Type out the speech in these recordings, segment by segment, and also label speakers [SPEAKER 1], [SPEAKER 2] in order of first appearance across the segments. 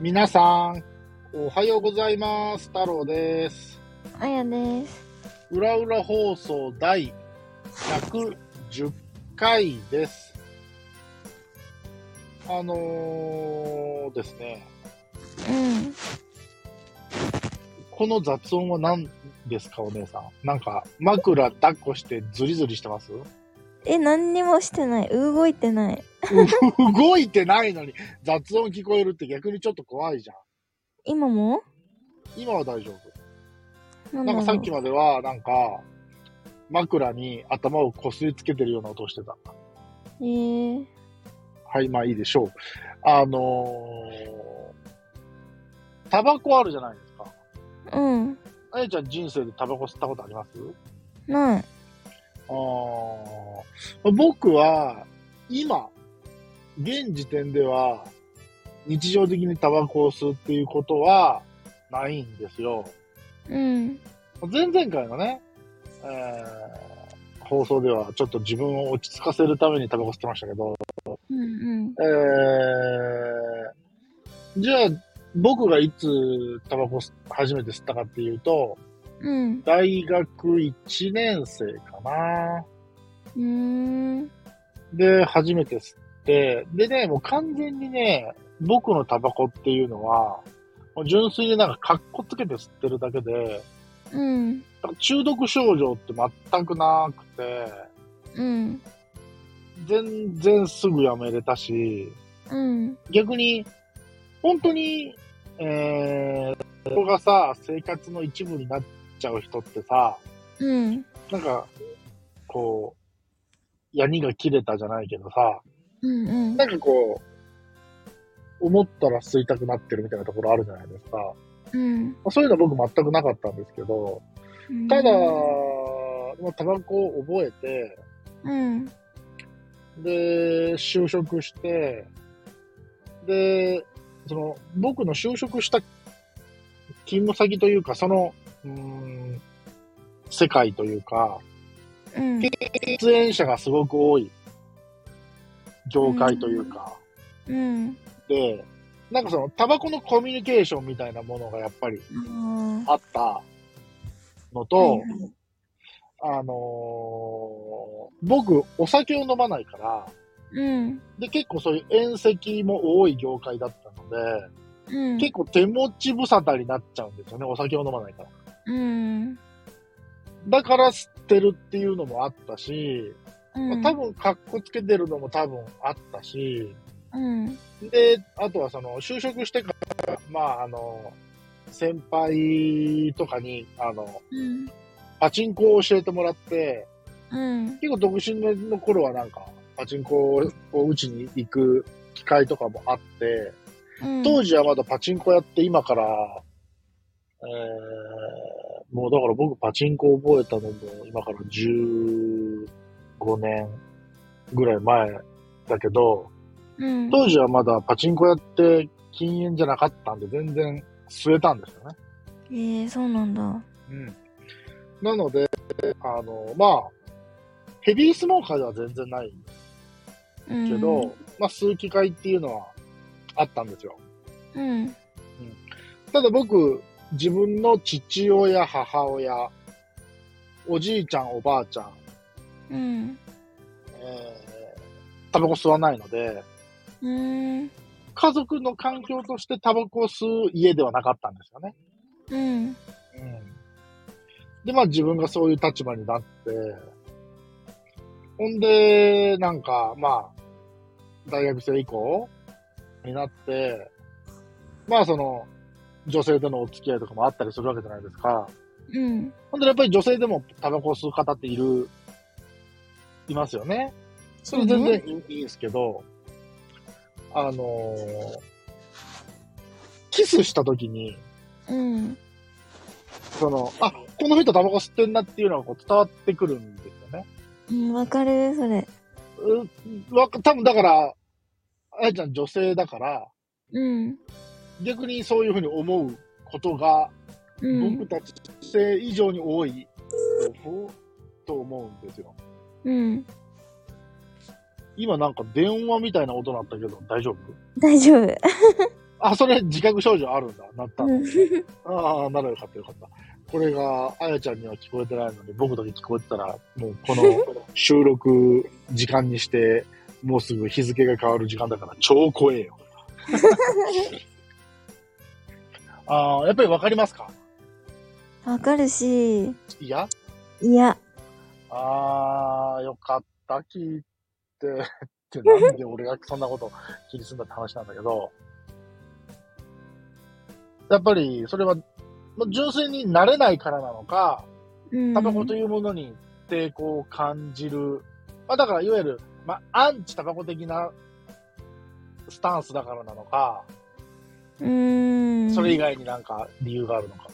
[SPEAKER 1] 皆さん、おはようございます。太郎です。
[SPEAKER 2] あやです。
[SPEAKER 1] 裏裏放送第110回です。あのー、ですね、
[SPEAKER 2] うん。
[SPEAKER 1] この雑音は何ですか、お姉さん。なんか、枕抱っこしてズリズリしてます
[SPEAKER 2] え、何にもしてない。動いてない。
[SPEAKER 1] 動いてないのに雑音聞こえるって逆にちょっと怖いじゃん。
[SPEAKER 2] 今も
[SPEAKER 1] 今は大丈夫。
[SPEAKER 2] な
[SPEAKER 1] なんかさっ
[SPEAKER 2] う
[SPEAKER 1] きまでは、なんか、枕に頭をこすりつけてるような音してた。
[SPEAKER 2] えー、
[SPEAKER 1] はい、まあいいでしょう。あのータバコあるじゃないですか。
[SPEAKER 2] うん。
[SPEAKER 1] あやちゃん人生でタバコ吸ったことあります
[SPEAKER 2] ない。
[SPEAKER 1] あー僕は、今、現時点では、日常的にタバコを吸うっていうことは、ないんですよ。
[SPEAKER 2] うん。
[SPEAKER 1] 前々回のね、えー放送ではちょっと自分を落ち着かせるためにタバコ吸ってましたけど、
[SPEAKER 2] うん
[SPEAKER 1] えーじゃあ僕がいつタバコ吸初めて吸ったかっていうと、
[SPEAKER 2] うん。うん。
[SPEAKER 1] 大学1年生かな。
[SPEAKER 2] うーん。
[SPEAKER 1] で、初めて吸って、でね、もう完全にね、僕のタバコっていうのは、もう純粋になんかカッコつけて吸ってるだけで、
[SPEAKER 2] うん。
[SPEAKER 1] だから中毒症状って全くなくて、
[SPEAKER 2] うん。
[SPEAKER 1] 全然すぐやめれたし、
[SPEAKER 2] うん。
[SPEAKER 1] 逆に、本当に、えー、ここがさ、生活の一部になっちゃう人ってさ、
[SPEAKER 2] うん。
[SPEAKER 1] なんか、こう、闇が切れたじゃないけどさ、
[SPEAKER 2] うん。うん。
[SPEAKER 1] なんかこう、思ったら吸いたくなってるみたいなところあるじゃないですか。ま
[SPEAKER 2] うん。
[SPEAKER 1] あそういうの僕全くなかったんですけど、ただ、まあタバコを覚えて、
[SPEAKER 2] うん。
[SPEAKER 1] で、就職して、で、その、僕の就職した勤務先というか、その、うーん、世界というか、
[SPEAKER 2] うん。
[SPEAKER 1] 出演者がすごく多い業界というか、
[SPEAKER 2] うん。
[SPEAKER 1] で、なんかその、タバコのコミュニケーションみたいなものがやっぱり
[SPEAKER 2] ああ。
[SPEAKER 1] あったのと、
[SPEAKER 2] はいはい
[SPEAKER 1] あのー僕、お酒を飲まないから、
[SPEAKER 2] うん。
[SPEAKER 1] で、結構そういう宴席も多い業界だったので、
[SPEAKER 2] うん。
[SPEAKER 1] 結構手持ち無沙汰になっちゃうんですよね、お酒を飲まないから。
[SPEAKER 2] うん。
[SPEAKER 1] だから吸ってるっていうのもあったし、
[SPEAKER 2] うん。
[SPEAKER 1] 多分かっこつけてるのも多分あったし、
[SPEAKER 2] うん。
[SPEAKER 1] で、あとはその、就職してから、まあ、あの、先輩とかに、あの、
[SPEAKER 2] うん。
[SPEAKER 1] パチンコを教えてもらって、
[SPEAKER 2] うん。
[SPEAKER 1] 結構独身の頃はなんか、パチンコを打ちに行く機会とかもあって、
[SPEAKER 2] うん。
[SPEAKER 1] 当
[SPEAKER 2] 時。
[SPEAKER 1] 時はまだパチンコやって、今から、えー、もうだから僕パチンコ覚えたのも今から15年ぐらい前だけど、
[SPEAKER 2] うん。
[SPEAKER 1] 当時はまだパチンコやって禁煙じゃなかったんで全然吸えたんですよね。
[SPEAKER 2] えー、そうなんだ。
[SPEAKER 1] うん。なので、あの、まあ、ヘビースモーカーでは全然ない
[SPEAKER 2] うん。
[SPEAKER 1] けど、。まあ吸う機会っていうのはあったんですよ。
[SPEAKER 2] うん。
[SPEAKER 1] ただ僕、自分の父親、母親、おじいちゃん、おばあちゃん、
[SPEAKER 2] うん。
[SPEAKER 1] えー、タバコ吸わないので、
[SPEAKER 2] うん。
[SPEAKER 1] 家族の環境としてタバコを吸う家ではなかったんですよね。
[SPEAKER 2] うん。
[SPEAKER 1] うん。で、まあ自分がそういう立場になって、ほんで、なんか、まあ、大学生以降になって、まあその、女性とのお付き合いとかもあったりするわけじゃないですか。
[SPEAKER 2] うん。
[SPEAKER 1] ほんとやっぱり女性でもタバコを吸う方っている、いますよね。それ全然いい,、んですけど、あのーキスした時に、
[SPEAKER 2] うん。
[SPEAKER 1] その、あ、この人タバコ吸ってんなっていうのがこう伝わってくるんですよね。
[SPEAKER 2] うん、わかる、それ。
[SPEAKER 1] うわ、多分だから、あやちゃん女性だから、
[SPEAKER 2] うん。
[SPEAKER 1] 逆にそういうふうに思うことが、
[SPEAKER 2] うん
[SPEAKER 1] 僕。たち女性以上に多い、と思うんですよ。
[SPEAKER 2] うん。
[SPEAKER 1] 今なんか電話みたいな音なったけど、大丈夫
[SPEAKER 2] 大丈夫。
[SPEAKER 1] あ、それ自覚症状あるんだ。なった
[SPEAKER 2] う
[SPEAKER 1] の。
[SPEAKER 2] ん
[SPEAKER 1] ああ、ならよかったよかった。これが、あやちゃんには聞こえてないので、僕だけ聞こえてたら、もうこ の収録時間にして、もうすぐ日付が変わる時間だから、超怖え よ。ああ、やっぱりわかりますか
[SPEAKER 2] わかるし、
[SPEAKER 1] いや、
[SPEAKER 2] いや、
[SPEAKER 1] ああ、よかった、聞いて。 って、なんで俺がそんなこと気にするんだって話なんだけど、やっぱり、それは、まあ純粋に慣れないからなのか、
[SPEAKER 2] うん。
[SPEAKER 1] タバコというものに抵抗を感じる。まあだからいわゆる、まあアンチタバコ的なスタンスだからなのか、
[SPEAKER 2] うん。
[SPEAKER 1] それ以外になんか理由があるのか。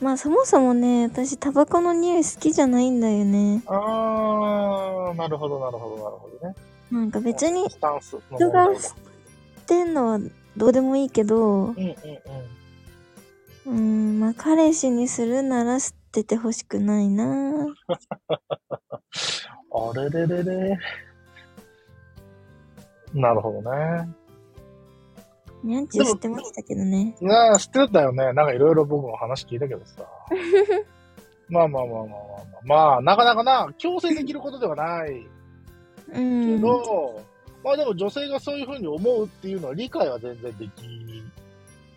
[SPEAKER 2] まあそもそもね、私タバコの匂い好きじゃないんだよね。
[SPEAKER 1] あー、なるほど、なるほど、なるほどね。
[SPEAKER 2] なんか別に
[SPEAKER 1] スタンスの問
[SPEAKER 2] 人
[SPEAKER 1] 題だ。
[SPEAKER 2] が吸ってんのはどうでもいいけど、
[SPEAKER 1] うんうんうん。
[SPEAKER 2] うん、まあ彼氏にするなら吸っててほしくないな
[SPEAKER 1] あれれれれ。なるほどね。
[SPEAKER 2] にゃんちゅう吸ってましたけどね。
[SPEAKER 1] なあ、知ってたよね。なんかいろいろ僕も話聞いたけど さ。まあまあまあまあまあまあ、まあ、なかなかな、強制できることではない
[SPEAKER 2] うん
[SPEAKER 1] け。ど、まあでも女性がそういうふうに思うっていうのは理解は全然でき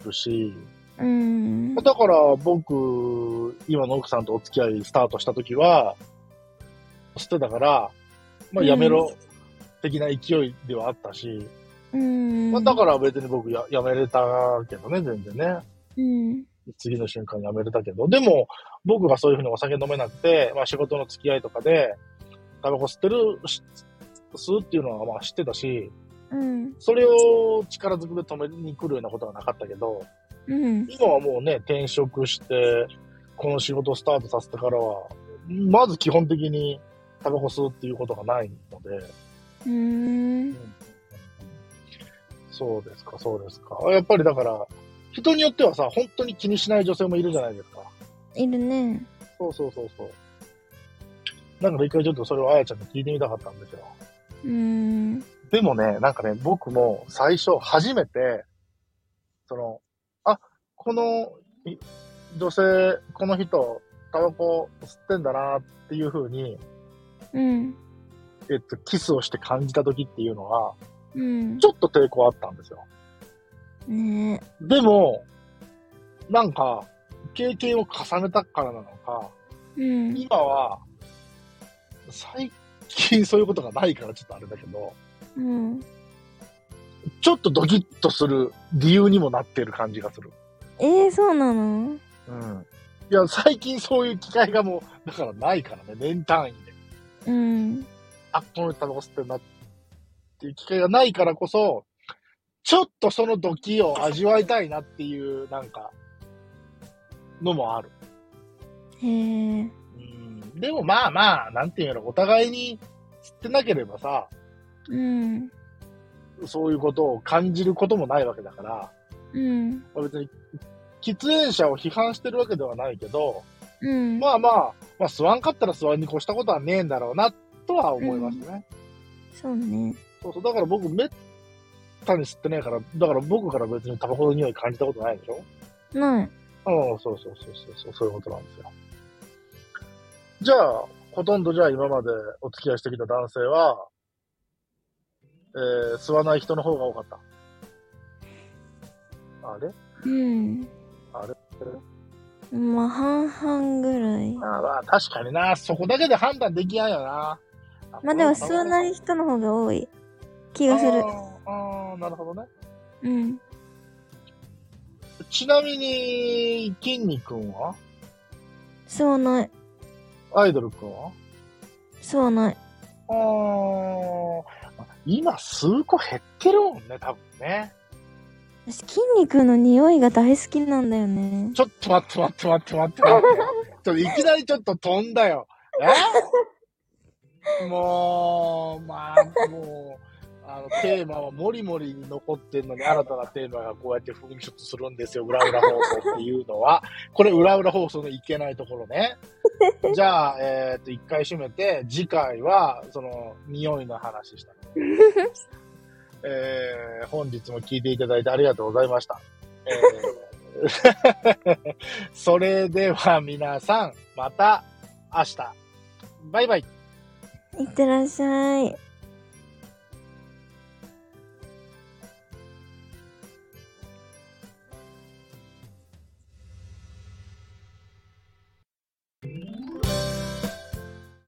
[SPEAKER 1] るし、
[SPEAKER 2] うん。
[SPEAKER 1] だから僕、今の奥さんとお付き合いスタートした時は、知ってたから、まあやめろ、的な勢いではあったし、
[SPEAKER 2] うん。
[SPEAKER 1] まあ、だから別に僕ややめれたけどね、全然ね。
[SPEAKER 2] うん。
[SPEAKER 1] 次の瞬間やめれたけど。でも、僕がそういうふうにお酒飲めなくて、まあ仕事の付き合いとかで、タバコ吸ってる、し吸うっていうのはまあ知ってたし、
[SPEAKER 2] うん。
[SPEAKER 1] それを力ずくで止めに来るようなことはなかったけど、
[SPEAKER 2] うん。
[SPEAKER 1] 今はもうね、転職して、この仕事をスタートさせてからは、まず基本的にタバコ吸うっていうことがないので、
[SPEAKER 2] うん。
[SPEAKER 1] そうですか、そうですか。やっぱりだから、人によってはさ、本当に気にしない女性もいるじゃないですか。
[SPEAKER 2] いるね。
[SPEAKER 1] そうそうそうそう。だから一回ちょっとそれをあやちゃんに聞いてみたかったんですよ。
[SPEAKER 2] うん。
[SPEAKER 1] でもね、なんかね、僕も最初初めて、その、あ、このい女性、この人、タバコ吸ってんだなっていう風に、
[SPEAKER 2] うん。
[SPEAKER 1] えっと、キスをして感じた時っていうのは、
[SPEAKER 2] うん
[SPEAKER 1] ち。ょっと抵抗あったんですよ。
[SPEAKER 2] ね
[SPEAKER 1] でも、なんか、経験を重ねたからなのか、
[SPEAKER 2] え。うん。
[SPEAKER 1] 今は、最近そういうことがないからちょっとあれだけど、
[SPEAKER 2] うん。
[SPEAKER 1] ちょっとドキッとする理由にもなっている感じがする。
[SPEAKER 2] ええそうなの
[SPEAKER 1] うん。いや、最近そういう機会がもう、だからないからね、年単位で。
[SPEAKER 2] うん。
[SPEAKER 1] あ、この人タバコ吸ってるなっていう機会がないからこそ、ちょっとそのドキを味わいたいなっていう、なんか、のもある。
[SPEAKER 2] へえ。
[SPEAKER 1] うんでもまあまあ、なんていうの、お互いに知ってなければさ、
[SPEAKER 2] うん。
[SPEAKER 1] そういうことを感じることもないわけだから、
[SPEAKER 2] うん。
[SPEAKER 1] まあ別に喫煙者を批判してるわけではないけど、
[SPEAKER 2] うん。
[SPEAKER 1] まあまあ、まあ、吸わんかったら吸わんに越したことはねえんだろうな、とは思いますね。
[SPEAKER 2] そうね。
[SPEAKER 1] そうそう、だから僕、めったに吸ってないから、だから僕から別にタバコの匂い感じたことないでしょ
[SPEAKER 2] ない。
[SPEAKER 1] うん、そうそうそうそうそう、そういうことなんですよ。じゃあ、ほとんどじゃあ今までお付き合いしてきた男性は、えー、吸わない人の方が多かった。あれ
[SPEAKER 2] うん。
[SPEAKER 1] あれ
[SPEAKER 2] まあ、半々ぐらい。
[SPEAKER 1] まあまあ、確かにな、そこだけで判断できないよな。
[SPEAKER 2] まあでも吸わない人の方が多い気がする
[SPEAKER 1] あ。ーあー、なるほどね。
[SPEAKER 2] うん。
[SPEAKER 1] ちなみに、筋肉くんは
[SPEAKER 2] 吸わない。
[SPEAKER 1] アイドルくんは
[SPEAKER 2] 吸わない。
[SPEAKER 1] あー今、吸う子減ってるもんね、多分ね。
[SPEAKER 2] 私、筋肉の匂いが大好きなんだよね。
[SPEAKER 1] ちょっと待って待って待って待って待って。ちょっといきなりちょっと飛んだよ。えもう、まあ、もう、あの、テーマはもりもりに残ってんのに、新たなテーマがこうやって噴出するんですよ。裏裏放送っていうのは。これ、裏裏放送のいけないところね。じゃあ、えっと、一回締めて、次回は、その、匂いの話したい。えー本日も聞いていただいてありがとうございました。えーそれでは皆さん、また明日。バイバイ。
[SPEAKER 2] いってらっしゃい。